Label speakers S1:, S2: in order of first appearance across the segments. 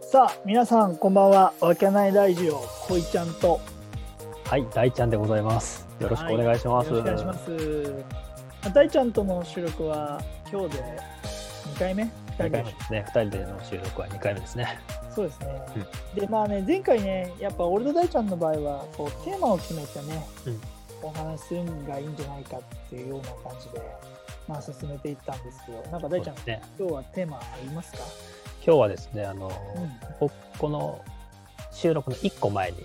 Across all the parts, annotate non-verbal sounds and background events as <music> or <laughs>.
S1: さあ皆さんこんばんはわけないラジオこいちゃんと
S2: はい、大ちゃんでございます。よろしくお願いします。
S1: よろしくお願いしますまあ大ちゃんとの収録は今日で2回目2
S2: 二
S1: 回
S2: 回
S1: 目
S2: 目ですね。二人での収録は二回目ですね。
S1: そうですね、でまあね前回ねやっぱ俺と大ちゃんの場合はこうテーマを決めてね、
S2: うん
S1: お話しするのがいいんじゃないかっていうような感じでまあ進めていったんですけどなんか大ちゃん、
S2: そうですね。
S1: 今日はテーマありますか、
S2: 今日はですね、あの、
S1: うん
S2: ここの収録の一個前に、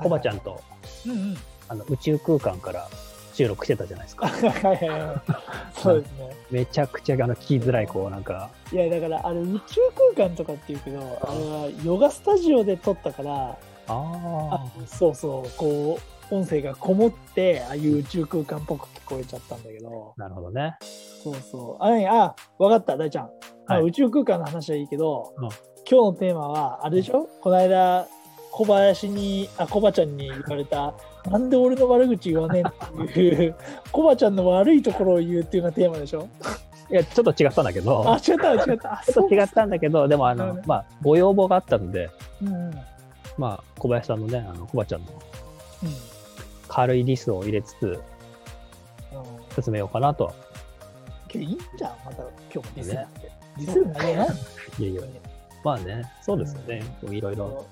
S2: コバちゃんと、
S1: ん、うんうん、
S2: あの宇宙空間から収録してたじゃないですか。
S1: はいはい
S2: <laughs>
S1: はいそうですね
S2: めちゃくちゃあの聞きづらいこうなんか、
S1: いやだからあれ宇宙空間とかっていうけどあれはヨガスタジオで撮ったから
S2: ああ
S1: あそうそうこう音声がこもってああいう宇宙空間っぽく聞こえちゃったんだけど
S2: なるほどね。
S1: そうそうあれあ分かった大ちゃん、あ
S2: はい
S1: 宇宙空間の話はいいけど、
S2: うん
S1: 今日のテーマはあれでしょ、この間小林にあコバちゃんに言われたなんで俺の悪口言わねえって
S2: <laughs>
S1: いうコバちゃんの悪いところを言うっていうのがテーマでしょ
S2: いやちょっと違ったんだけど
S1: あ、違った違ったあ
S2: ちょっと違ったんだけど、でもあ
S1: なる
S2: の
S1: ほど
S2: まあご要望があったので、
S1: うんうん、うん
S2: まあ小林さんのね、あのコバちゃんの軽いリスを入れつつ
S1: うん
S2: 進めようかなと。
S1: けどいいんじゃん、また今日もディスなんて。ディス
S2: ね
S1: るないない
S2: いやいや
S1: 本当に
S2: まあね、そうですよね。いろいろ。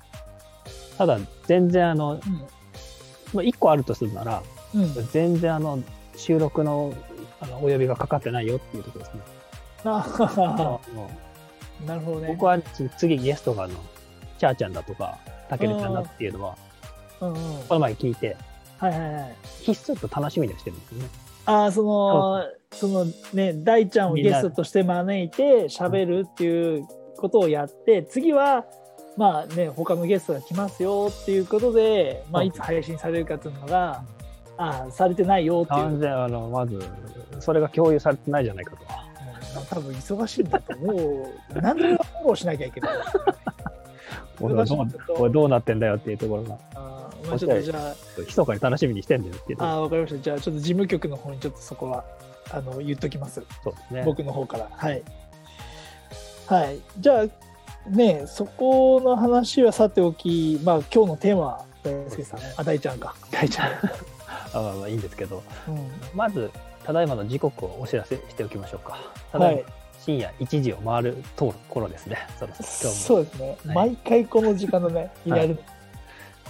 S1: う
S2: ただ、全然あの、
S1: ん
S2: まあ、1個あるとするなら、
S1: うん。
S2: 全然あの、収録のあのお呼びがかかってないよっていうところですね。
S1: あ
S2: あの
S1: ーなるほどね。
S2: 僕はつ次ゲストがあの、チャーちゃんだとか、たけるちゃんだっていうのは、
S1: うんうん、
S2: この前聞いて、
S1: はいはいはい。
S2: ひっそりと楽しみにしてるんですよね。
S1: ああ、その、そのね、大ちゃんをゲストとして招いて喋るっていうことをやって、次は、まあね、他のゲストが来ますよっていうことで、まあ、
S2: うん
S1: いつ配信されるかっていうのが、ああ、されてないよっていう。
S2: 完全あの、まず、それが共有されてないじゃないかと。
S1: うん多分忙しいんだと思う。何でもフォローしなきゃいけない。
S2: 俺はどう俺どうなってんだよっていうところが、
S1: あーまあ、ちょっとじゃあ、
S2: 密かに楽しみにしてんだよっていうとこ
S1: あーわかりました。じゃあ、ちょっと事務局の方にちょっとそこは、あの、言っときます。
S2: ろ。そうですね。
S1: 僕の方から。はい。はい。じゃあ、ねえ、そこの話はさておき、まあ、今日のテーマは、大輔さん
S2: そうですね。
S1: あ、大ちゃんか。大ちゃん。
S2: <laughs> あまあまあいいんですけど、
S1: うん、
S2: まず、ただいまの時刻をお知らせしておきましょうか。ただ
S1: はい
S2: ま
S1: い。
S2: 深夜1時を回る通る頃ですね。そろそろ今日も
S1: そうですね。
S2: はい
S1: 毎回この時間の
S2: <laughs>
S1: ね、いられる。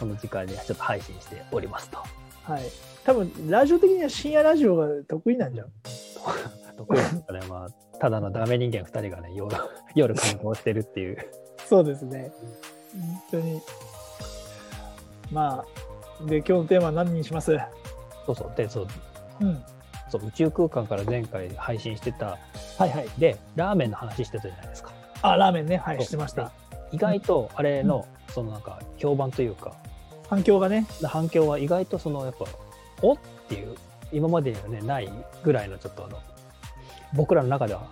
S2: この時間でちょっと配信しておりますと。
S1: はい。多分、ラジオ的には深夜ラジオが得意なんじゃん。
S2: 得意ですかね、まあ、ただのダメ人間2人がね、夜、 <laughs> 夜観光してるっていう。
S1: そうですね。本当に。まあ、で、今日のテーマは何にします
S2: そうそう。で、そう、
S1: うん。
S2: そう宇宙空間から前回配信してた
S1: はいはい。
S2: で、ラーメンの話してたじゃないですか。
S1: あ、ラーメンね。はい、
S2: そう
S1: してました。。
S2: 意外と、あれの、そのなんか、評判というか、
S1: 反響がね。
S2: 反響は意外とそのやっぱおっていう今までにはねないぐらいのちょっとあの僕らの中では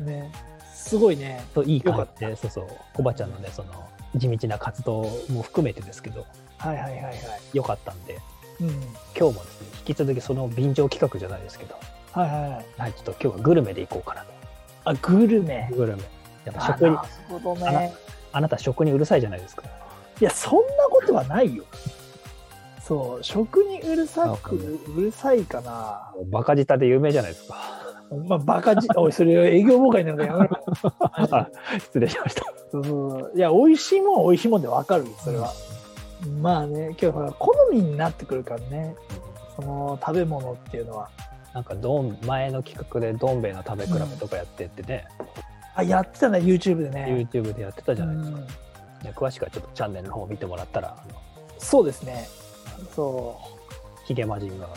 S1: ね。すごいね。
S2: といい感じ
S1: よ
S2: でそうそうコバちゃんのねその地道な活動も含めてですけど
S1: はいはいはいはい。
S2: 良かったんで
S1: うん。
S2: 今日もですね引き続きその便乗企画じゃないですけど
S1: はいはいはい。
S2: はいちょっと今日はグルメでいこうかなと
S1: あ、グルメ。
S2: グルメやっぱ
S1: あ
S2: 食に
S1: なるほど
S2: あら
S1: ね。
S2: あなた食にうるさいじゃないですか
S1: いや、そんなことはないよ。そう、食にうるさく、うるさいかな。
S2: もうバカ舌で有名じゃないですか
S1: まあ、バカじ、 <laughs> おい、それ営業妨害なんかやめろ。マジで
S2: あ <laughs> 失礼しました
S1: そうそうそういや美味しいもんは美味しいもんでわかるよそれは、まあね今日ほら好みになってくるからねその食べ物っていうのは
S2: なんかどん前の企画でどん兵衛の食べ比べとかやってってね、
S1: あやってたね YouTube でね
S2: YouTube でやってたじゃないですか、
S1: うん
S2: じゃあ詳しくはちょっとチャンネルの方を見てもらったらあの
S1: そうですねそ
S2: ヒゲマジンが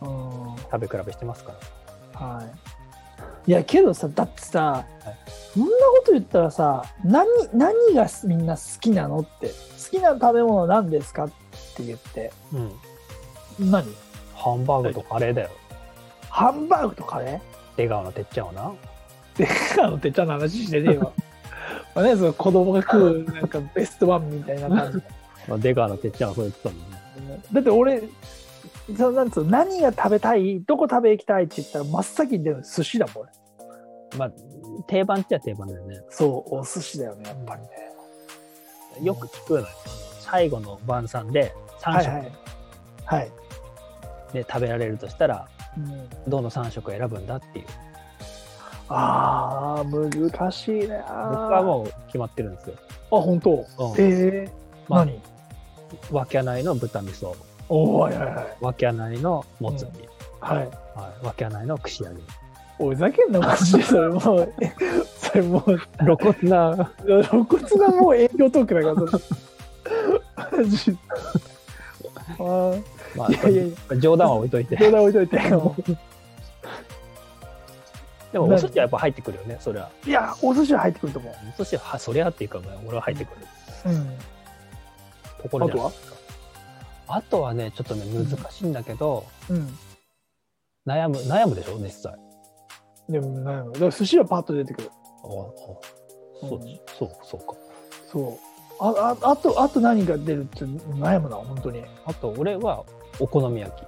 S1: ううん
S2: 食べ比べしてますから
S1: はいいやけどさだってさ、
S2: はい
S1: そんなこと言ったらさ何何がみんな好きなのって好きな食べ物何ですかって言って
S2: うん
S1: 何
S2: ハンバーグとカレーだよ
S1: ハンバーグとカレー
S2: 出川のてっちゃんはな
S1: <laughs> カのてっちゃんの話してねえわ。 <laughs> まあね、その子供が食う <laughs> なんかベストワンみたいな感じ。
S2: まあ出川のてっちゃんはそう言ってたもんね
S1: だって俺そのなんつうの何が食べたいどこ食べ行きたいって言ったら真っ先に出るの寿司だもん俺
S2: まあ定番っちゃ定番だよね
S1: そうお寿司だよねやっぱりね
S2: よく聞くのよ。あの最後の晩餐で
S1: は
S2: 3
S1: い
S2: 食
S1: はい。はい。
S2: で食べられるとしたら、
S1: うん、
S2: どの3食を選ぶんだっていう。
S1: ああ、難しいね。僕
S2: 僕はもう決まってるんですよ。
S1: う。あ、本当。
S2: うん
S1: ええ
S2: まあ
S1: 何
S2: わきゃないの豚味噌、
S1: おお、はいはいはい。
S2: わきゃないのもつ煮、
S1: はい。
S2: はい、わきゃないの串揚げ。
S1: おいふざけんな、マ
S2: <laughs>
S1: ジで。それもう、それもう、
S2: 露骨な、
S1: 露骨なもう営業トークだから、それ。マジで。あー
S2: <laughs> ま
S1: いやいやいや
S2: あ、冗談は置いとい <laughs> て。
S1: 冗談置いといて。も
S2: でもお寿司はやっぱ入ってくるよね、それは。
S1: ういや、お寿司は入ってくると思う。
S2: お寿司は、そりゃっていうか、まあ俺は入ってくる
S1: うん。
S2: ところじゃないですか。あとはね、ちょっとね、難しいんだけど、
S1: うん。
S2: 悩む、悩むでしょ、実際。
S1: でも、なんやろだから寿司はパッと出てくる。
S2: そ
S1: そう
S2: う、そう、そうか。
S1: そう。あああと、あと何が出るって悩むな、本当に。
S2: あと、俺は、お好み焼き。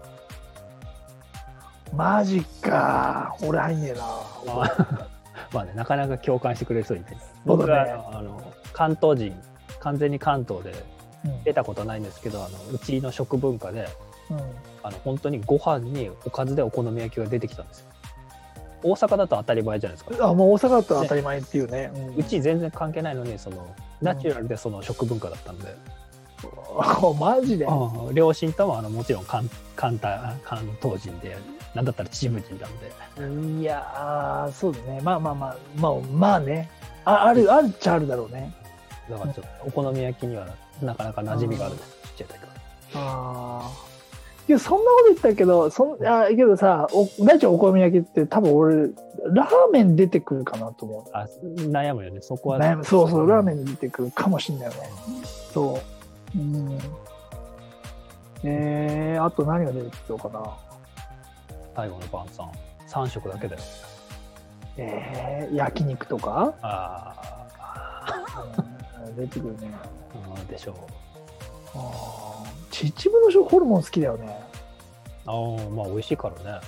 S1: マジか。俺入んねえな。
S2: まあね、なかなか共感してくれる人いない。
S1: そうだね
S2: 僕は、あの、関東人、完全に関東で
S1: うん
S2: 出たことないんですけど、あの、うちの食文化で、
S1: うん
S2: あの、本当にご飯におかずでお好み焼きが出てきたんですよ。大阪だと当たり前じゃないですか。
S1: あもう大阪だったら当たり前っていうね。うん
S2: うち全然関係ないのに、その、ナチュラルでその食文化だったんで、
S1: あマジで。
S2: うん両親ともあのもちろん関関東関東人で、なんだったら秩父人なんで、
S1: いやーそうだね。まあまあまあまあまあね。ああるあるっちゃあるだろうね。
S2: だからちょっとお好み焼きにはなかなか馴染みがあるんです、ちっちゃい時か
S1: ああ。いやそんなこと言ったけど、そんあけどさ、お大ちゃんお好み焼きって多分俺ラーメン出てくるかなと思う。
S2: ら。あ悩むよね、そこは。
S1: 悩むそうそうラーメンに出てくるかもしれないよね。そう。うん。えー、あと何が出てきそうかな。
S2: 最後の晩餐三食だけだよ
S1: えー、焼肉とか、
S2: あ
S1: うん、出てくるね。
S2: あでしょう
S1: あー秩父の人ホルモン好きだよね
S2: ああまあ美味しいからね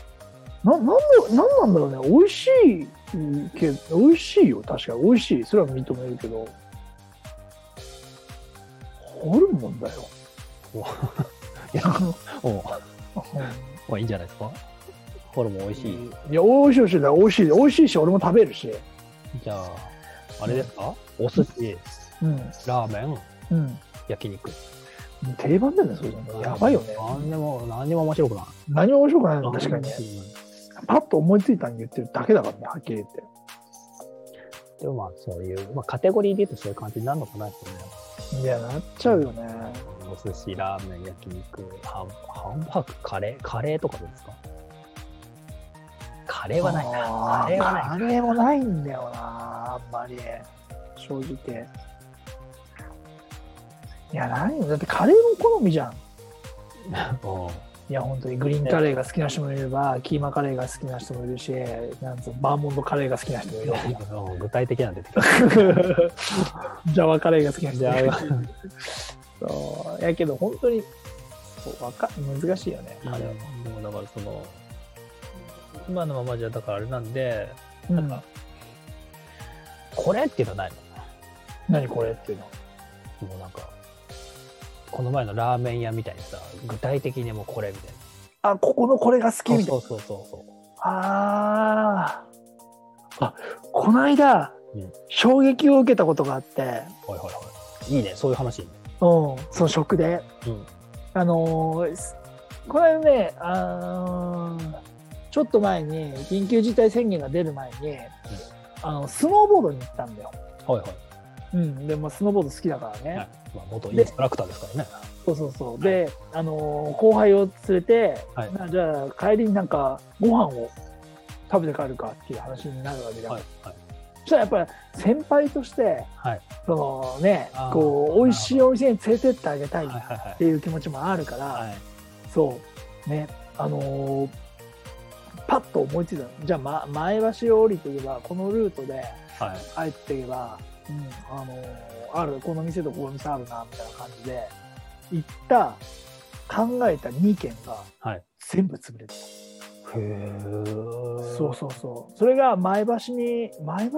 S1: ななんだなんなんだろうね美味しいけど美味しいよ確かに美味しいそれは認めるけどホルモンだよ
S2: お
S1: い <laughs> や
S2: おうまあいいんじゃないですかホルモン美味しい、
S1: いや美味しい美味しい美味しい美味しいし俺も食べるし
S2: じゃああれですかお寿司
S1: うん
S2: ラーメン
S1: うんも
S2: 焼肉
S1: う定番だよねそれじゃやばいよね
S2: 何でも何でも面白くない
S1: 何も面白くないの確かにね
S2: うん
S1: パッと思いついたに言ってるだけだからねはっきり言って
S2: でもまあそういう、まあ、カテゴリーで言うとそういう感じになるのかなってね
S1: いやなっちゃうよね
S2: お寿司ラーメン焼肉ハンハンバーグカレーカレーとかどうですかカレーはないな
S1: あー
S2: カレーはな
S1: カ
S2: い
S1: レーもないんだよな、あんまり。正直。いや、ないよ。だってカレーの好みじゃん。
S2: うん
S1: いや、本当にグリーンカレーが好きな人もいれば、キーマカレーが好きな人もいるし、なんつうのバーモントカレーが好きな人もいる。
S2: うん具体的 <laughs> なんでてきた。
S1: <laughs> ジャワカレーが好きな人
S2: じ
S1: も
S2: <laughs> ゃ
S1: いる。
S2: あ、
S1: そうやけど、本当にそうわか難しいよね、
S2: あ
S1: カレーは。
S2: でもだからその、今のままじゃだからあれなんで、
S1: うん
S2: なんか、これっていうのはない
S1: 何これっていうの。
S2: のもうなんか、この前のラーメン屋みたいにさ、具体的にもうこれみたいな。
S1: あ、ここのこれが好きみたいな
S2: そうそうそうそ
S1: あーあこの間、
S2: うん
S1: 衝撃を受けたことがあって、
S2: う。はいはいはい。いいね、そういう話いいね。
S1: うん、その食で、
S2: うん
S1: あのーすこの間ね、あーちょっと前に緊急事態宣言が出る前に、あのスノーボードに行ったんだよ、
S2: はいはい。
S1: うん、でもスノーボード好きだからね、
S2: はいまあ、元インストラクターですからね。
S1: そうそうそう、で、あのー後輩を連れて、
S2: はい
S1: なじゃあ帰りになんかご飯を食べて帰るかっていう話になるわけじゃん
S2: はいはい。
S1: そしたらやっぱり先輩として、
S2: はい
S1: そのね
S2: あー
S1: こう美味しいお店に連れてってあげたいっ
S2: はいはいはい
S1: ていう気持ちもあるから、
S2: はい。
S1: そうねあのーパッと思いついたのじゃあ、ま、前橋を降りていけばこのルートで
S2: はい。
S1: 帰っていけば、うんあのーあるこの店とこの店あるなみたいな感じで行った考えた2軒が
S2: はい
S1: 全部潰れてた、
S2: へー
S1: そうそうそうそれが前橋に前橋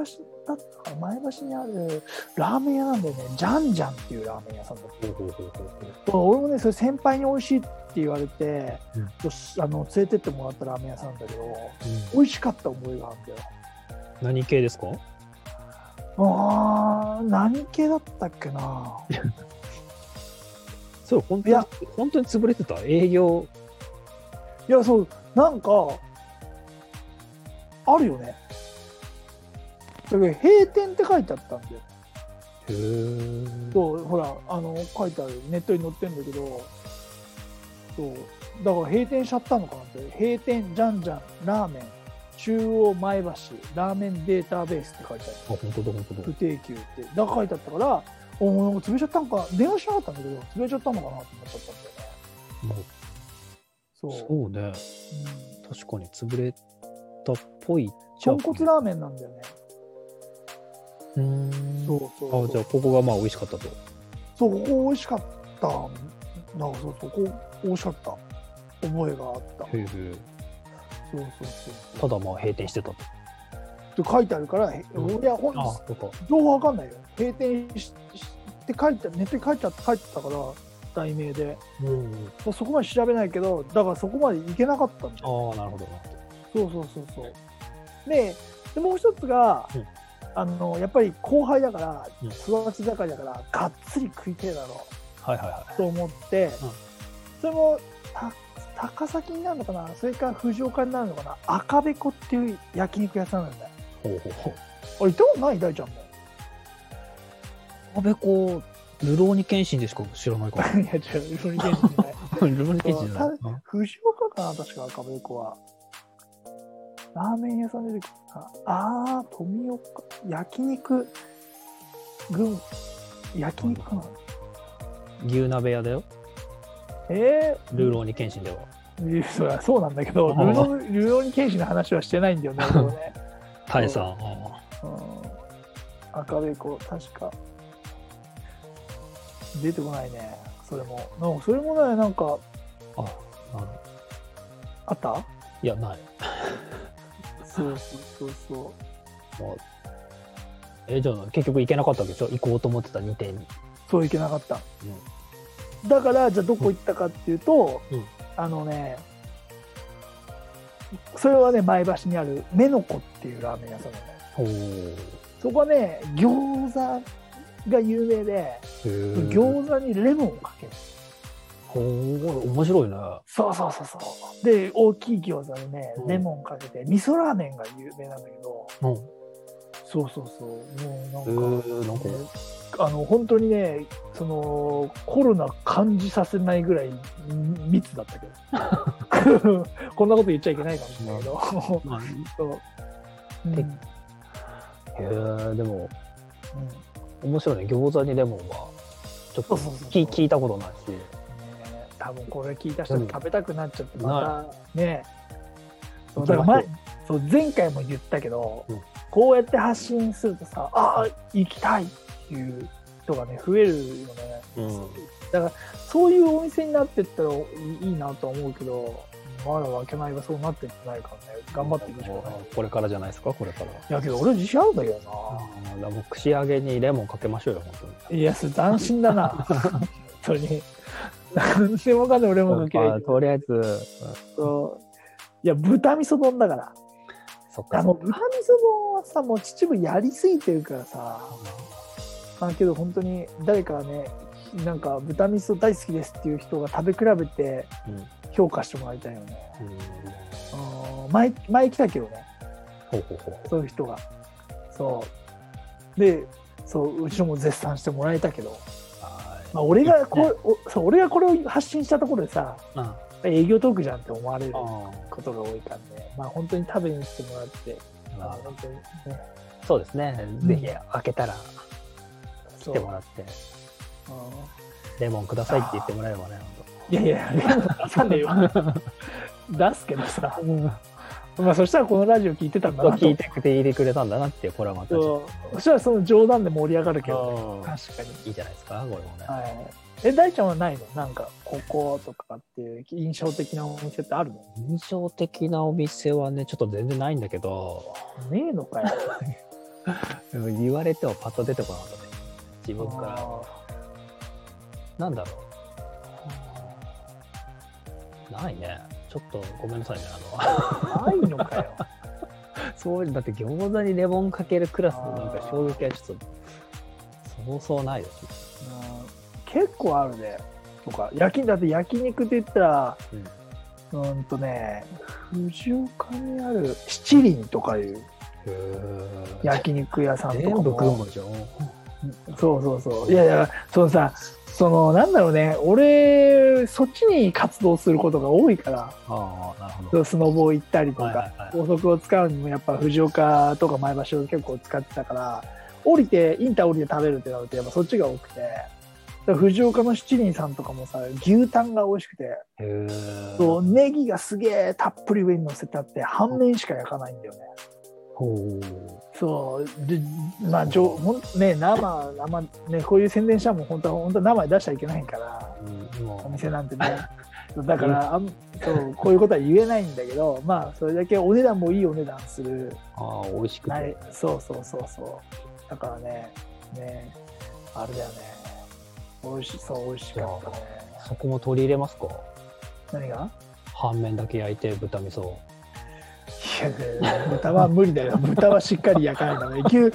S1: だったかな前橋にあるラーメン屋なんだよねジャンジャンっていうラーメン屋さんだっ
S2: ほうほうほうほうほう
S1: た俺もねそれ先輩に美味しいって言われて、
S2: うん
S1: よしあの連れてってもらったラーメン屋さんだけど
S2: うん
S1: 美味しかった思いがあるんだよ
S2: 何系ですか
S1: あー何系だったっけな
S2: それ本当
S1: い
S2: に
S1: や
S2: 本当に潰れてた営業
S1: いやそうなんかあるよねだけど閉店って書いてあったんだよ
S2: へー
S1: そうほらあの書いてあるネットに載ってるんだけどそうだから閉店しちゃったのかなって閉店じゃんじゃんラーメン中央前橋ラーメンデータベースって書いてある
S2: あ本当だ本当だ
S1: 不定休ってだから書いてあったからおなんか潰れちゃったんか電話しなかったんだけど潰れちゃったのかなって思っちゃったんだよね
S2: まあ
S1: そう
S2: そうね
S1: う
S2: 確かに潰れたっぽい
S1: ん、豚骨ラーメンなんだよね
S2: うーん
S1: そうそうそう
S2: あじゃあここがまあ美味しかったと
S1: そう、ここ美味しかった。なんかそうそう、ここ美味しかった。覚えがあった。
S2: へー
S1: そうそうそう。
S2: ただまあ閉店してたと
S1: って書いてあるから、へ
S2: う
S1: い
S2: ん
S1: や、ほん
S2: あそうか
S1: 情報わかんないよ。閉店ししって書いて、ネットに書いてあって書いてたから、題名で。
S2: うん
S1: そこまで調べないけど、だからそこまで行けなかったんだよ。
S2: ああなるほどなる
S1: そうそうそうそう。で、でもう一つが、
S2: うん
S1: あのやっぱり後輩だから
S2: うん
S1: 育ち盛りだからがっつり食いてえだろう
S2: はいはいは
S1: と思って、
S2: うん
S1: それもた高崎になるのかなそれから藤岡になるのかな赤べこっていう焼肉屋さんなんだよ
S2: いほうほうほう
S1: あれ行ったことない大ちゃんも <laughs>
S2: 阿部こうルローニケンシンでしか知らないから
S1: いや違う料理店じ
S2: <laughs>
S1: ゃない <laughs>
S2: ルローニケンシンじゃない
S1: そ藤岡かな確か赤べこはラーメン屋さん出てくるかなあー富岡焼肉群焼肉かな
S2: 牛鍋屋だよ
S1: えー、
S2: ルローニケンシンではい
S1: やそりゃそうなんだけどルロルローニケンシの話はしてないんだよね俺もね
S2: タエさんあ
S1: うん赤べこ確か出てこないねそれもなんかそれもねなんか
S2: ああの
S1: あった
S2: いやない
S1: そうそうそうそ
S2: えじゃあ結局行けなかったわけでしょ行こうと思ってた2点に、
S1: うそういけなかっただからじゃあどこ行ったかっていうと、
S2: うん
S1: あのねそれはね前橋にあるめのこっていうラーメン屋さんなのよ
S2: おー
S1: そこはね餃子が有名で餃子にレモンをかける
S2: ほー面白いね
S1: そうそうそうそう。で、大きい餃子にね
S2: う、ん
S1: レモンかけて、味噌ラーメンが有名なんだけど、
S2: うん
S1: そうそうそう。も
S2: へ
S1: うなんか、
S2: ーなんか
S1: あの、本当にね、その、コロナ感じさせないぐらいん密だったけど。 <laughs> こんなこと言っちゃいけないかもしれないけど。
S2: まあ
S1: <laughs> そう。うん
S2: てへえでも面白いね餃子にレモンはちょっ
S1: そ
S2: と
S1: うそうそう
S2: 聞聞いたことないし
S1: ね多分これ聞いた人に食べたくなっちゃってまたねそう
S2: い
S1: だから前そう前回も言ったけど、
S2: うん
S1: こうやって発信するとさああ行きたいっていう人がね増えるよね
S2: うん
S1: だからそういうお店になってったらいいいいなとは思うけどまだ分け前がそうなってってないからね頑張っていくしかない、い
S2: これからじゃないですかこれから
S1: やけど俺自信あるんだけど
S2: あーだからもう串揚げにレモンかけましょうよ本当に
S1: な、いやそれ斬新
S2: <laughs>
S1: だな本当に何でもかんでも俺もかけ
S2: ま
S1: な
S2: あ
S1: い
S2: とりあえず、うん
S1: そういや豚味噌丼だから
S2: そっか
S1: あの豚味噌丼はさもう秩父やりすぎてるからさあけど本当に誰かがねなんか豚味噌大好きですっていう人が食べ比べて
S2: うんうん
S1: 評価してもらいたいよね
S2: ほ
S1: うん前前来たけどね
S2: うほうほう
S1: そういう人がそうでそううちのも絶賛してもらえたけど、
S2: は
S1: まあ、俺がこうおそう俺がこれを発信したところでさ
S2: いうんあ
S1: 営業トークじゃんって思われる
S2: ー
S1: ことが多いからねまあ本当に食べに来てもらってあ
S2: あ
S1: の本当にね
S2: ーそうですね
S1: ん
S2: ぜひ開けたら
S1: そう
S2: 来てもらって
S1: うん
S2: レモンくださいって言ってもらえればね
S1: いやいや、出さ
S2: <laughs>
S1: ねえよ。出すけどさ。まあ、そしたらこのラジオ聞いてたんだ
S2: 本
S1: な
S2: 当
S1: と
S2: 聞い。てくて入れてくれたんだなっていうこれはまたちょっ
S1: そうそしたらその冗談で盛り上がるけど、
S2: とうん
S1: 確かに。
S2: いいじゃないですかこれもね
S1: はい。え、大ちゃんはないのなんか、こことかっていう印象的なお店ってあるの
S2: 印象的なお店はねちょっと全然ないんだけど
S1: ねえのかよ。
S2: うん言われてもパッと出てこなかったね。自分から。なんだろう。ないね。ちょっとごめんなさいね。あ
S1: ないのかよ。
S2: の、そういう、だって餃子にレモンかけるクラスのなんか衝撃はちょっと、そうそうないですね。
S1: うん結構あるね。とか、焼き、だって焼肉で言ったら、
S2: うん
S1: うーんとね、藤岡にある七輪とかいう焼肉屋さんとか
S2: 全
S1: も
S2: 部食うもんでしょ。
S1: そうそうそう。いやいや、そのさ、その、なんだろうね、俺、そっちに活動することが多いから、
S2: ああ、なるほ
S1: そ
S2: ど。
S1: のスノボ行ったりと
S2: はいは
S1: か、
S2: いはい。
S1: 高速を使うにもやっぱ藤岡とか前橋を結構使ってたから、降りて、インター降りて食べるってなると、やっぱそっちが多くて、だから藤岡の七輪さんとかもさ、牛タンが美味しくて、
S2: へー
S1: そうネギがすげえたっぷり上に乗せてあって、半面しか焼かないんだよね。
S2: ほう。
S1: そう、でまあ、じょほんね、生、生、ね、こういう宣伝したらもう本当は、本当は生で出しちゃいけないから、
S2: うん、もう
S1: お店なんてね。そうだから、あんそう、こういうことは言えないんだけど、 <laughs> まあ、それだけお値段もいいお値段する。
S2: ああ、美味しくて。
S1: ない、そうそうそうそう。だからね、ね、あれだよね。美味しそう、美味しかったね。
S2: そこも取り入れますか
S1: 何が
S2: 半面だけ焼いて豚味噌。
S1: いや、ね豚は無理だよ。豚はしっかり焼かないとね。牛、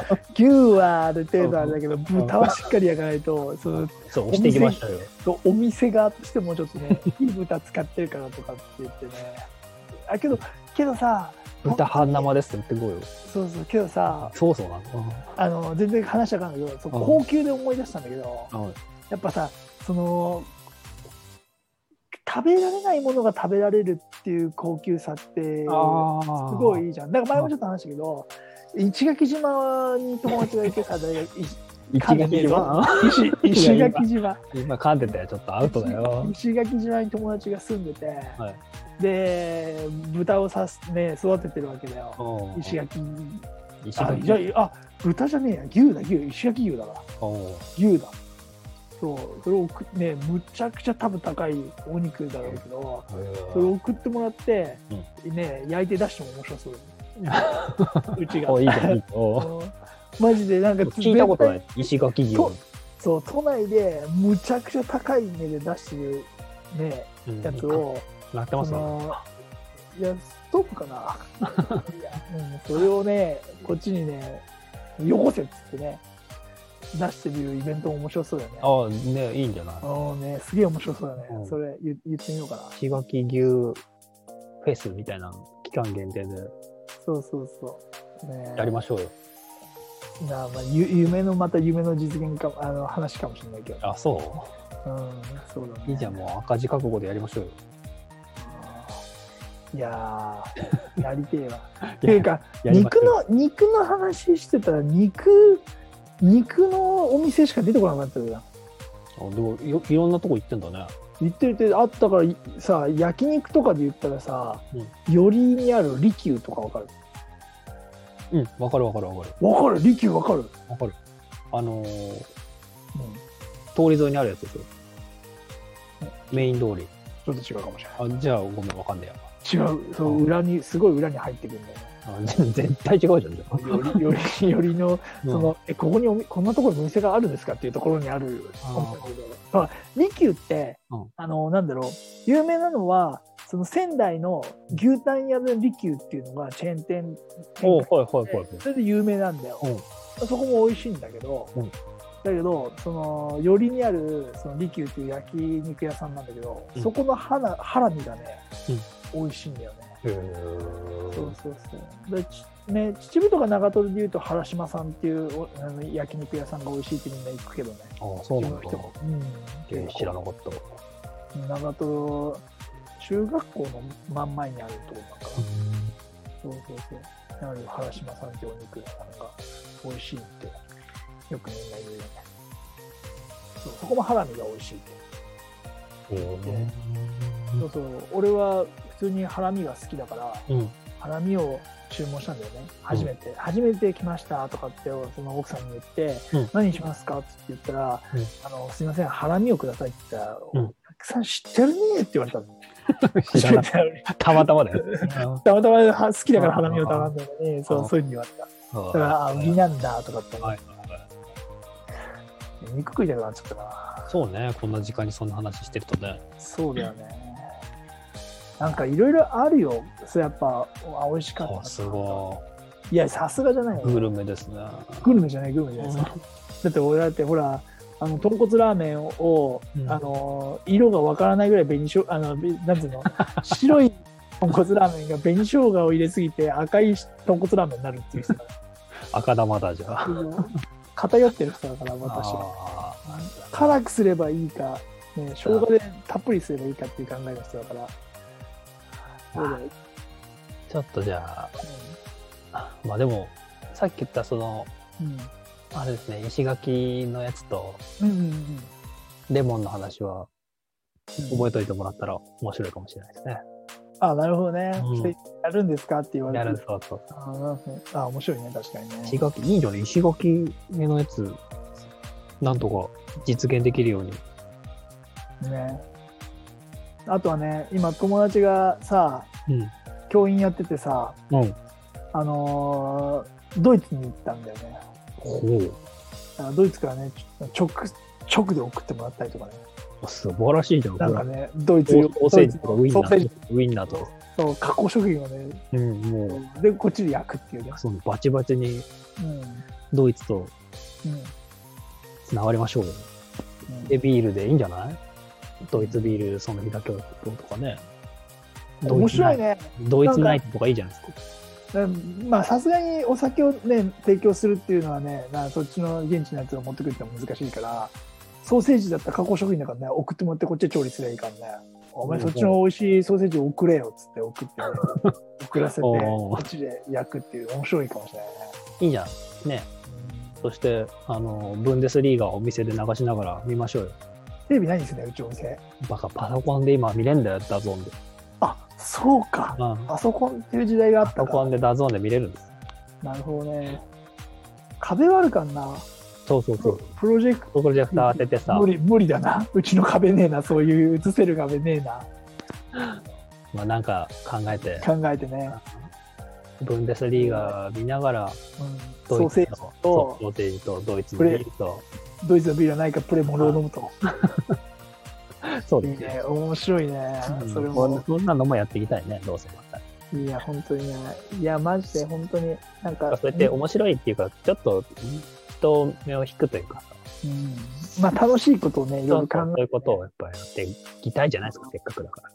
S1: 牛はある程度あれだけど、豚はしっかり焼かないと、その
S2: そう、押してきましたよ。
S1: とお店側としてもちょっと
S2: <laughs>
S1: ねいい豚使ってるからとかって言ってねあけどけどさ
S2: 豚半生ですって言ってこいよ。
S1: そうそうけどさ
S2: そうそうな
S1: あの全然話したかんだけどそう
S2: うん
S1: 高級で思い出したんだけど
S2: の。
S1: やっぱさその食べられないものが食べられるっていう高級さってす
S2: あす
S1: ごいいいじゃんだから前もちょっと話したけど石垣島に友達
S2: <laughs>
S1: がいてさ大学い
S2: 一撃今
S1: 石石垣島
S2: 今噛んでたよ。ちょっとアウトだよ。
S1: 石垣島に友達が住んでて、
S2: は
S1: で豚をさす、ね、育ててるわけだよ
S2: うん
S1: 石垣
S2: 石
S1: あ
S2: 垣。
S1: じゃああ豚じゃねえや牛だ牛石垣牛だわ
S2: おう
S1: 牛だそうそれを送っねむちゃくちゃ多分高いお肉だろうけど
S2: へー
S1: それを送ってもらって、ね焼いて出しても面白
S2: <laughs>
S1: そううちが
S2: おいいじゃんいいじゃん
S1: う <laughs>
S2: おうん
S1: マジでなんか
S2: <laughs> 聞いたことないい。石垣牛。
S1: とそう都内でむちゃくちゃ高い値で出してるね
S2: うん
S1: やつを、
S2: なってます
S1: そ
S2: ね。
S1: のいやストップか
S2: <laughs>
S1: ないや、うん、それをねこっちにねよこせっつってね出してみるイベントも面白そうだよね
S2: ああ、ね、いいんじゃない
S1: あのねすげえ面白そうだね、
S2: うん
S1: それ言言ってみようかな
S2: 石垣牛フェスみたいなの期間限定で
S1: そうそうそうね
S2: やりましょうよ。
S1: なあ、まあ、ゆ夢のまた夢の実現かあの話かもしれないけど
S2: あ、そう
S1: うんそうだね
S2: いいじゃん、もう赤字覚悟でやりましょうよ。
S1: いやーやりて
S2: <laughs>
S1: えわっていうか
S2: やりましょ
S1: 肉
S2: うよ
S1: の肉の話してたら肉肉のお店しか出てこなくなってるじゃん
S2: あでもよいろんなとこ行ってんだね。
S1: 言ってるってあったからいさ焼肉とかで言ったらさ、
S2: うん
S1: よりにある利休とかわかる
S2: うん、わかるわかるわかる。
S1: わかる利休わかる、
S2: わかる。あのー通り沿いにあるやつですよ。メイン通り。
S1: ちょっと違うかもし
S2: あ、じゃあごめん、わかんね
S1: れない違うそう
S2: うん
S1: 裏にすごい裏に入ってくるんだよね
S2: えや。あぜ <laughs> 絶対違うじゃん、じゃあ
S1: よ
S2: <laughs>
S1: りよりよりの
S2: うん
S1: その、えここにおみこんなところにお店があるんですかっていうところにある
S2: あー
S1: お店でまあ利休って、
S2: うん
S1: あのなんだろう有名なのはその仙台の牛タン屋の利休っていうのがチェーン店
S2: お
S1: 展
S2: うはいはいは
S1: 開
S2: い
S1: でそれで有名なんだよ、
S2: うん
S1: そこも美味しいんだけど、
S2: うん
S1: だけどそのよりにあるその利休っていう焼肉屋さんなんだけど、
S2: うん
S1: そこのハラハラミがね、美味しいんだよね
S2: へ
S1: そう
S2: ー
S1: そうそう。でちね、秩父とか長瀞でいうと原島さんっていうおあの焼肉屋さんが美味しいってみんな行くけどね。
S2: あそうなんだ。
S1: 自分の人もうん
S2: えー知らなかったわ。
S1: 長瀞中学校の真ん前にあるとこなんか、そうそうそう。なので原島さんっていうお肉屋さんが美味しいってよくみんな言うよね。そうそこもハラミが美味しいって。
S2: へー
S1: そうそう。俺は普通にハラミが好きだから。
S2: うん。
S1: ハラミを注文したんだよね初めて、初めて来ましたとかってその奥さんに言って、
S2: うん
S1: 何にしますかって言ったら、
S2: うん
S1: あのすいませんハラミをくださいって言ったら、
S2: うん
S1: お客さん知ってるねって言われたの
S2: <laughs> 知ら
S1: <laughs>
S2: な <laughs> かった。たまたまだよ。
S1: たまたまは好きだからハラミを頼んだのに、
S2: ん
S1: そ
S2: あ
S1: うそういうふうに言われただから、あ売り
S2: は
S1: なんだとかって
S2: い
S1: 思っ
S2: はいはい
S1: て、肉食いたくなっちゃったな。
S2: そうね、こんな時間にそんな話してるとね。
S1: そうだよね。なんかいろいろあるよ。それやっぱ、あ美味しかった
S2: あ
S1: な。
S2: すご
S1: いや、さすがじゃない
S2: い。
S1: よ。
S2: グルメですね。
S1: グルメじゃない、グルメじゃないですか。だって俺だってほらあの豚骨ラーメンを、
S2: うん
S1: あの色がわからないぐらい紅しょあのべなん
S2: <laughs>
S1: ていうの白い豚骨ラーメンが紅生姜を入れすぎて赤い豚骨ラーメンになるっていう人だか
S2: 赤玉だじゃあ。
S1: ら偏ってる人だから私は
S2: あー
S1: 辛くすればいいか、ね、生姜でたっぷりすればいいかっていう考えの人だからそうだよ、
S2: ちょっとじゃあ、まあでも、さっき言ったその、
S1: うん
S2: あれですね、石垣のやつと
S1: うんうんうん
S2: レモンの話は
S1: うん
S2: 覚えといてもらったら面白いかもしれないですね。
S1: あなるほどね、
S2: うん
S1: それやるんですかって言われ
S2: や
S1: て
S2: るそうそう。
S1: あなんかねあ面白いね確かにね
S2: 石垣、いいじゃない石垣のやつ、なんとか実現できるように。
S1: ねあとはね今友達がさ
S2: うん。
S1: 教員やっててさ
S2: うん。
S1: あのードイツに行ったんだよね
S2: ほう。
S1: だからドイツからねちょ直直で送ってもらったりとかね
S2: 素晴らしいじゃん。
S1: なんかねドイツ
S2: ソーセージとかウ
S1: ド
S2: ィ
S1: イ
S2: ン
S1: ツのソー
S2: ナ
S1: セージ
S2: ーとウィンナーと。
S1: と加工食品をね
S2: うん、もう、
S1: でこっちで焼くっていうね
S2: そのバチバチに
S1: うん
S2: ドイツと
S1: うん
S2: つながりましょうよ。
S1: うん
S2: で、ビールでいいんじゃないドイツビール、その日だけをとかね。
S1: 面白いね
S2: ドイツナイトとかいいじゃないですか。
S1: うんまあさすがにお酒をね提供するっていうのはねなそっちの現地のやつを持ってくるってのは難しいからソーセージだったら加工食品だからね送ってもらってこっちで調理すればいいからねお前
S2: うん
S1: そっちの美味しいソーセージを送れよっつって送ってね、送らせて
S2: <laughs> おう
S1: こっちで焼くっていう面白いかもしれないね
S2: いいじゃん。ね。そして、あの、ブンデスリーガをお店で流しながら見ましょうよ。
S1: テレビないんですねうちお店
S2: バカ、パソコンで今見れんだよ、ダゾーンで。
S1: あそうか
S2: うん。
S1: パソコンっていう時代があっ
S2: パ
S1: た
S2: ソコ
S1: か
S2: ンでダゾーンで見れるんです。
S1: なるほどね壁はあるかな
S2: そうそう
S1: プ
S2: そ
S1: ロ
S2: う。
S1: プロジェク
S2: プロジェクター当ててさ
S1: 無、理無理だなうちの壁ねえなそういう映せる壁ねえな
S2: まあなんか考えて、
S1: 考えてね、
S2: ブンデスリーガ見ながら、
S1: うん、
S2: ド
S1: ソ
S2: イ
S1: ーセージ
S2: ツのそう
S1: と
S2: ソーセージとドイツのビールと、
S1: ドイツのビールはないかプレモルを飲むと
S2: そう
S1: い
S2: で
S1: い
S2: すね
S1: ね。面白いね、
S2: うん
S1: それ
S2: こん
S1: も
S2: そんなのもやっていきたいね、どうせまた。
S1: いや本当にねいやマジで本当になんか
S2: そうやって面白いっていうか、ちょっと人目を引くというか、
S1: うん、まあ楽しいことをねい
S2: そ
S1: ろ
S2: う
S1: いろ考
S2: そうそう
S1: え
S2: いうことをやっぱりやっていきたいじゃないですか、せっかくだから。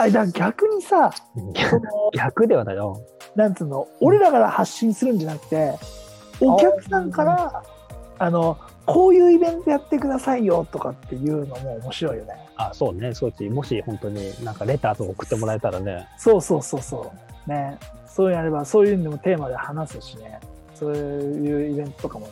S1: あだから逆にさその
S2: 逆ではないよ。
S1: なんつうの俺らから発信するんじゃなくてお客さんからあのこういうイベントやってくださいよとかっていうのも面白いよね
S2: あ、そうね、そうち、もし本当になんかレターとか送ってもらえたらね、
S1: そうそうそうそう。ね。そういうのあれば、そういうのもテーマで話すしね。そういうイベントとかも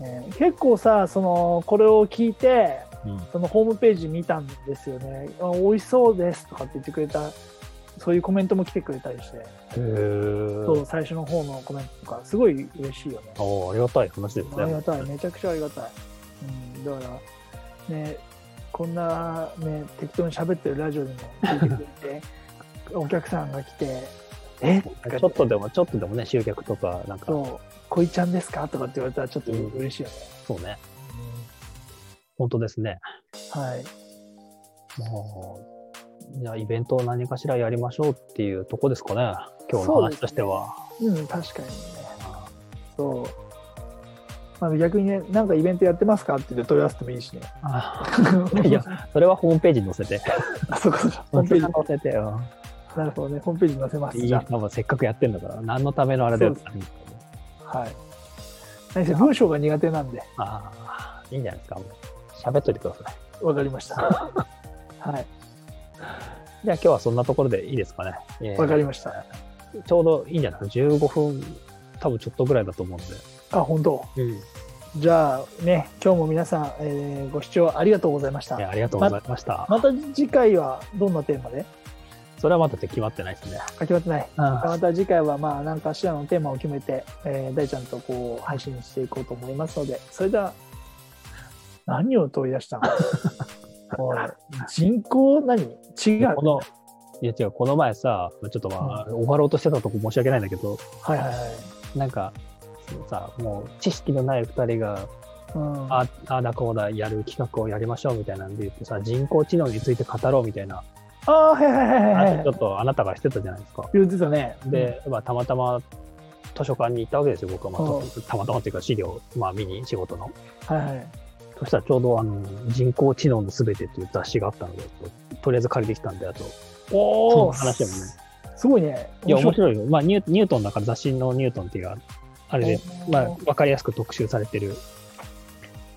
S1: ね。ね結構さ、その、これを聞いて、
S2: うん
S1: そのホームページ見たんですよね。あ美味しそうですとかって言ってくれた、そういうコメントも来てくれたりして、
S2: へー
S1: そう、最初の方のコメントとか、すごい嬉しいよね。
S2: おーありがたい話ですね。
S1: ありがたい、めちゃくちゃありがたい。うん、だから、ね、こんな、ね、適当に喋ってるラジオにも聞いてくれて、 <laughs> お客さんが来て、えとか
S2: ちょっとでも、ちょっとでもね、集客とか、なんか、そう
S1: そう、こいちゃんですかとかって言われたら、ちょっと嬉しいよね。
S2: ね、本当ですね。
S1: はい。
S2: もう、じゃあイベントを何かしらやりましょうっていうとこですかね、今日の
S1: そうです
S2: 話
S1: ね
S2: としては。
S1: うん、確かにね。
S2: あ
S1: そう。まあ、逆にね、なんかイベントやってますかって言って問い合わせてもいいしね。
S2: あ <laughs> いや、それはホームページに載せて。
S1: <laughs> あ、そうかそうか。ホームページ
S2: 載、せてよ。
S1: なるほどね、ホームページに載せます。
S2: いい
S1: じゃ
S2: 多分せっかくやってんだから、何のためのあれだよってなるんですけど
S1: あはい。何せ文章が苦手なんで。
S2: ああ、いいんじゃないですか。もう喋っといてください。
S1: わかりま
S2: <laughs>
S1: した。はい、
S2: じゃあ今日はそんなところでいいですかね。えー
S1: わかりました。
S2: ちょうどいいんじゃないですか。15分、多分ちょっとぐらいだと思うんで。
S1: あ、本当。
S2: うん。
S1: じゃあね、今日も皆さん、えーご視聴ありがとうございました。
S2: ありがとうございました。
S1: また次回はどんなテーマで
S2: それはまだ決まってないですね。
S1: あ、決まってない。
S2: あ
S1: また次回はまあ、なんかしらのテーマを決めて、えー大ちゃんとこう、配信していこうと思いますので、それでは、何を問い出した
S2: <laughs>
S1: のおい人口何違う
S2: こ。の、いや違う、この前さ、ちょっとまあ、終わろうとしてたとこ申し訳ないんだけど、
S1: はいはいはい。
S2: なんか、そのさ、もう知識のない二人が、
S1: うん
S2: ああーだこうだやる企画をやりましょうみたいなんで言ってさ、人工知能について語ろうみたいな
S1: ああはいはいはいはい
S2: 話
S1: は
S2: を
S1: い
S2: ちょっとあなたがしてたじゃないですか。
S1: 言ってたね
S2: で、まあ、たまたま図書館に行ったわけですよ、僕は、まあ
S1: うん
S2: とたまたまっていうか資料を、まあ、見に仕事の。
S1: うんはいはい
S2: そしたらちょうどあの人工知能のすべてという雑誌があったので、とりあえず借りてきたんで、あと、そ
S1: お
S2: の
S1: お
S2: 話もね。
S1: すごいね
S2: いや、面白いよ。まあニュー、ニュートンだから雑誌のニュートンっていうのがあれで、まあ、わかりやすく特集されてる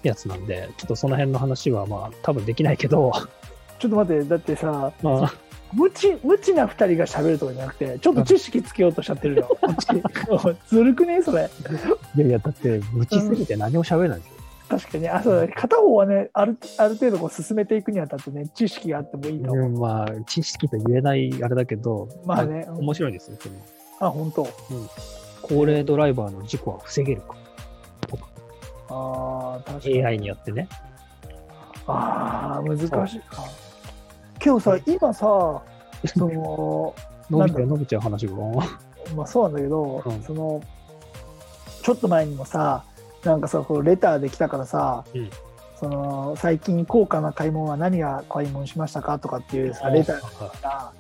S2: やつなんで、ちょっとその辺の話は、まあ、多分できないけど、
S1: ちょっと待ってだってさ
S2: <laughs> まあ、
S1: 無知無知な二人が喋るとかじゃなくてちょっと知識つけようとしちゃってるよこっち <laughs> おいずるくねそれ
S2: いやいや、だって、無知すぎて何も喋れないんですよ。
S1: 確かにあそうだね片方はねあるある程度こう進めていくにあたってね知識があってもいいと思
S2: うんまあ、知識と言えないあれだけど、
S1: うまあね
S2: 面白いですよ、その
S1: あ本当
S2: 高齢ドライバーの事故は防げるか。
S1: ああ確かに
S2: AI によってね。
S1: ああ難しいかけどさ今さその
S2: 伸びちゃう、伸びちゃう話が。
S1: まあそうなんだけど、
S2: うん
S1: そのちょっと前にもさなんかさこうレターできたからさ、
S2: うん
S1: その最近高価な買い物は何が買い物しましたかとかっていうさレターが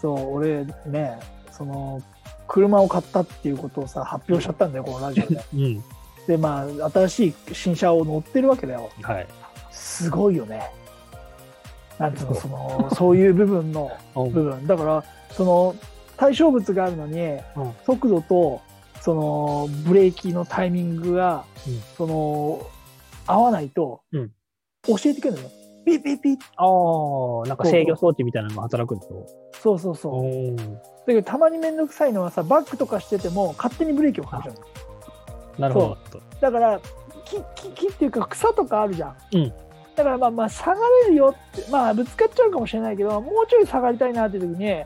S1: そう俺ねその車を買ったっていうことをさ発表しちゃったんだよこのラジオ
S2: <laughs>
S1: で
S2: うん。
S1: でまあ新しい新車を乗ってるわけだよ
S2: はい。
S1: すごいよねなんつうの
S2: そう
S1: そのそういう部分の部分だからその対象物があるのに、
S2: ん
S1: 速度とそのブレーキのタイミングが、
S2: うん
S1: その合わないと、
S2: うん
S1: 教えてくれるのよピッピッピッ
S2: ああ、なんか制御装置みたいなのが働くんですよ。
S1: そうそうそう、だ
S2: お
S1: けどたまに面倒くさいのはさバックとかしてても勝手にブレーキをかけちゃうの
S2: なるほど。
S1: だから木木木っていうか草とかあるじゃん、
S2: うん
S1: だからまあまあ下がれるよってまあぶつかっちゃうかもしれないけどもうちょい下がりたいなっていう時に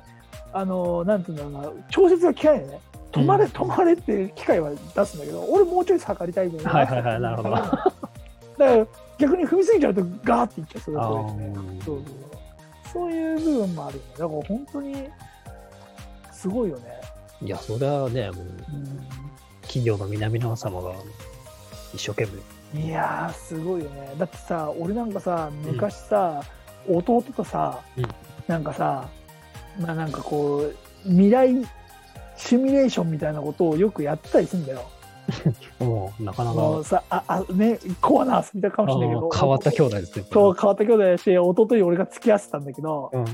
S1: あのなんていうんだろうな調節が効かないよね止まれ、
S2: うん
S1: 止まれって機械は出すんだけど俺もうちょい下がりたいんだよね
S2: はいはいはいなるほど
S1: <laughs> だから逆に踏みすぎちゃうとガーっていっちゃうそれはそれでね
S2: あー
S1: そうそうそうそういう部分もあるよねだから本当にすごいよね、
S2: いや、それはね、もう
S1: うん
S2: 企業の南の様が一生懸命。
S1: いやーすごいよねだってさ俺なんかさ昔さ、弟とさ、
S2: うん
S1: なんかさまあなんかこう未来シミュレーションみたいなことをよくやってたりするんだよ。
S2: もう、なかな
S1: あ
S2: か。
S1: のさああねコアな遊びだかもしれないけど
S2: あー変わった兄弟ですね。
S1: そう変わった兄弟だし弟に俺が付き合ってたんだけど、
S2: うん。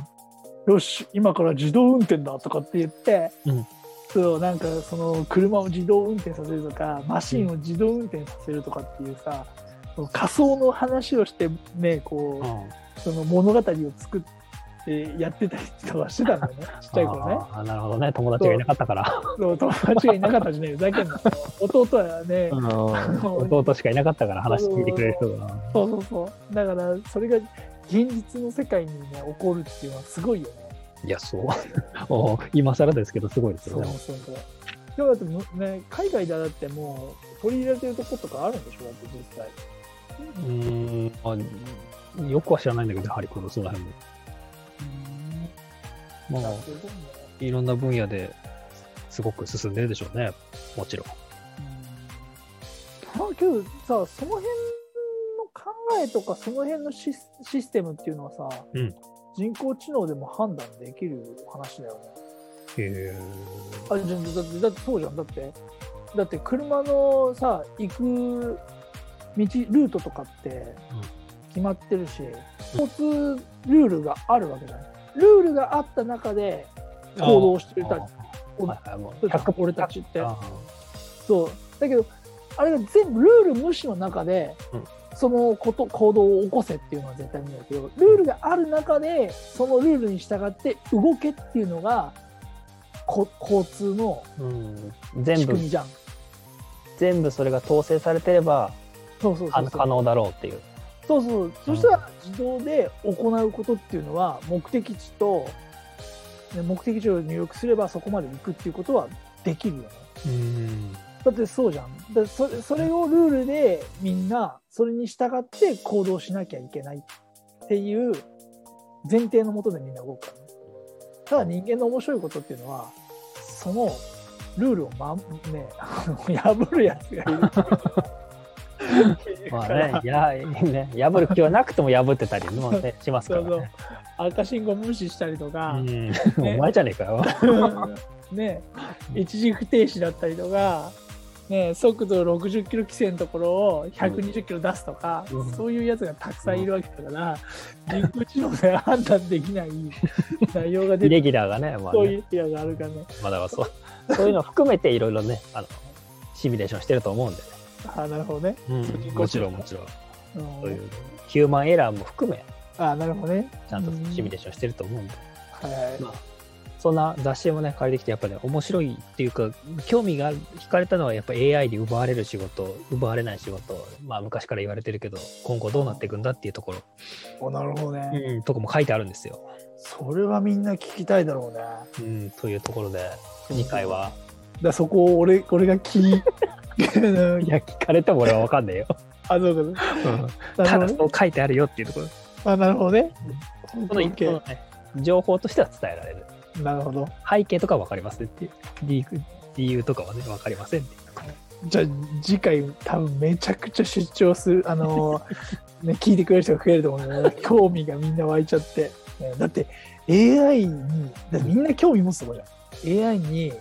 S1: よし今から自動運転だとかって言って、
S2: うん
S1: そうなんかその車を自動運転させるとかマシンを自動運転させるとかっていうさ、その仮想の話をしてねこう、
S2: うん。
S1: その物語を作ってやってたりとかしてたんだよ
S2: <laughs>
S1: ねちっちゃい頃ね
S2: あーなるほどね。友達がいなかったから。
S1: そう友達がいなかったしねふざけん
S2: <laughs>
S1: な弟はね、
S2: うん弟しかいなかったから話聞いてくれる人が。
S1: そうそうそうだからそれが現実の世界にね起こるっていうのはすごいよね
S2: いや、そう。 <laughs> お今更ですけど、すごいです
S1: そう
S2: よね。
S1: そうそう。でもだってむ、ね、海外ではだってもう取り入れてるとことかあるんでしょだって実際。
S2: うーん。あよくは知らないんだけど、やはりこのその辺も。ま
S1: な
S2: あ
S1: んていうこともね
S2: いろんな分野ですごく進んでるでしょうね。もちろん。
S1: うんまあけどさその辺の考えとかその辺のシスシステムっていうのはさ、
S2: うん
S1: 人工知能でも判断できる話だよね。
S2: へ
S1: あじゃだってだってそうじゃんだってだって車のさ行く道ルートとかって
S2: うん
S1: 決まってるし、交通ルールがあるわけじゃんルールがあった中で
S2: ー
S1: 行動してる
S2: あ
S1: た
S2: ー
S1: お
S2: はいはいもう
S1: そうじゃん
S2: 100
S1: 俺たちって
S2: あ
S1: そうだけどあれが全部ルール無視の中で、
S2: うん
S1: そのこと行動を起こせっていうのは絶対無理だけどルールがある中でそのルールに従って動けっていうのがこ交通の
S2: ーうん、全
S1: 仕
S2: 部
S1: 組みじゃん。
S2: 全部それが統制されてれば
S1: そうそうそうそう
S2: 可能だろうっていう
S1: そうそう、そしたら自動で行うことっていうのは目的地と、ね、目的地を入力すればそこまで行くっていうことはできるよね
S2: うん
S1: だってそうじゃんだそれそれをルールでみんなそれに従って行動しなきゃいけないっていう前提のもとでみんな動くからねただ人間の面白いことっていうのはそのルールを、まんね、あの <laughs> 破るやつがいるっていう
S2: ま
S1: か
S2: あ
S1: ら
S2: ね、や、ね、破る気はなくても破ってたりもね、しますか
S1: そ
S2: ら
S1: うそう
S2: ね。
S1: 赤信号無視したりとか、
S2: うん、お前じゃねえかよ。
S1: ね、一時不停止だったりとか、ね、速度60キロ規制のところを120キロ出すとか、
S2: うん
S1: そういうやつがたくさんいるわけだから、人工知能で判断できない内容が出
S2: イ
S1: て
S2: レ
S1: く
S2: ギュラーがね、まあ
S1: る、そう
S2: ね、
S1: いうエラーがあるからね、
S2: まだはそう。そういうの含めていろいろね、あの、シミュレーションしてると思うんで、
S1: あーなるほどね。
S2: ね。もちろんもちろん。
S1: うん
S2: そういうヒューマンエラーも含め、
S1: あーなるほどね。
S2: ちゃんとシミュレーションしてると思うんで。
S1: はい
S2: まあ、そんな雑誌もね、借りてきて、やっぱね、面白いっていうか、興味が惹かれたのは、やっぱ AI に奪われる仕事、奪われない仕事、まあ、昔から言われてるけど、今後どうなっていくんだっていうところ、
S1: おなるほどね、
S2: うん、とこも書いてあるんですよ。
S1: それはみんな聞きたいだろうね。
S2: うん、というところで、次回は、
S1: だそこを俺俺が聞
S2: <laughs>
S1: い
S2: いや、聞かれても俺は分かん <laughs> ねえよ。
S1: あそうかそう
S2: た
S1: なるほど
S2: だ、
S1: ね
S2: そう書いてあるよっていうところ、
S1: あなるほどね。
S2: その一個のね、情報としては伝えられる。
S1: なるほど。
S2: 背景とか分かりませんっていう、理由理由とかはね、分かりませんっていうところ。
S1: じゃあ次回多分めちゃくちゃ出張するあの <laughs> ーね聞いてくれる人が増えると思うので興味がみんな湧いちゃって、ねだって AI にだってみんな興味持つとこじゃん AI に乗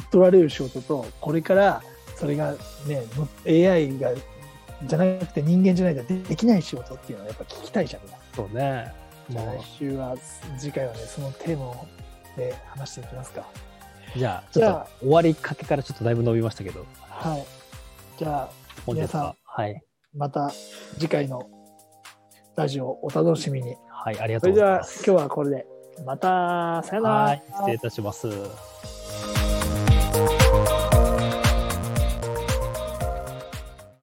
S1: っ取られる仕事とこれからそれがねの AI がじゃなくて人間じゃないとできない仕事っていうのはやっぱ聞きたいじゃんみんな
S2: そうね。
S1: じゃあ
S2: もう
S1: 来週は次回はねそのテーマを、ね、話していきますか
S2: じゃあ、ち
S1: じ
S2: ょ
S1: ゃ
S2: っ
S1: あ
S2: と終わりかけからちょっとだいぶ伸びましたけど、
S1: はいじゃあ
S2: 本
S1: 皆
S2: 日
S1: さん
S2: は。はい。
S1: また次回のラジオをお楽しみに。
S2: はい、ありが
S1: そ
S2: とう
S1: れで
S2: ござい
S1: は
S2: ます。
S1: 今日はこれで。また、さよなら。
S2: はい、失礼いたします。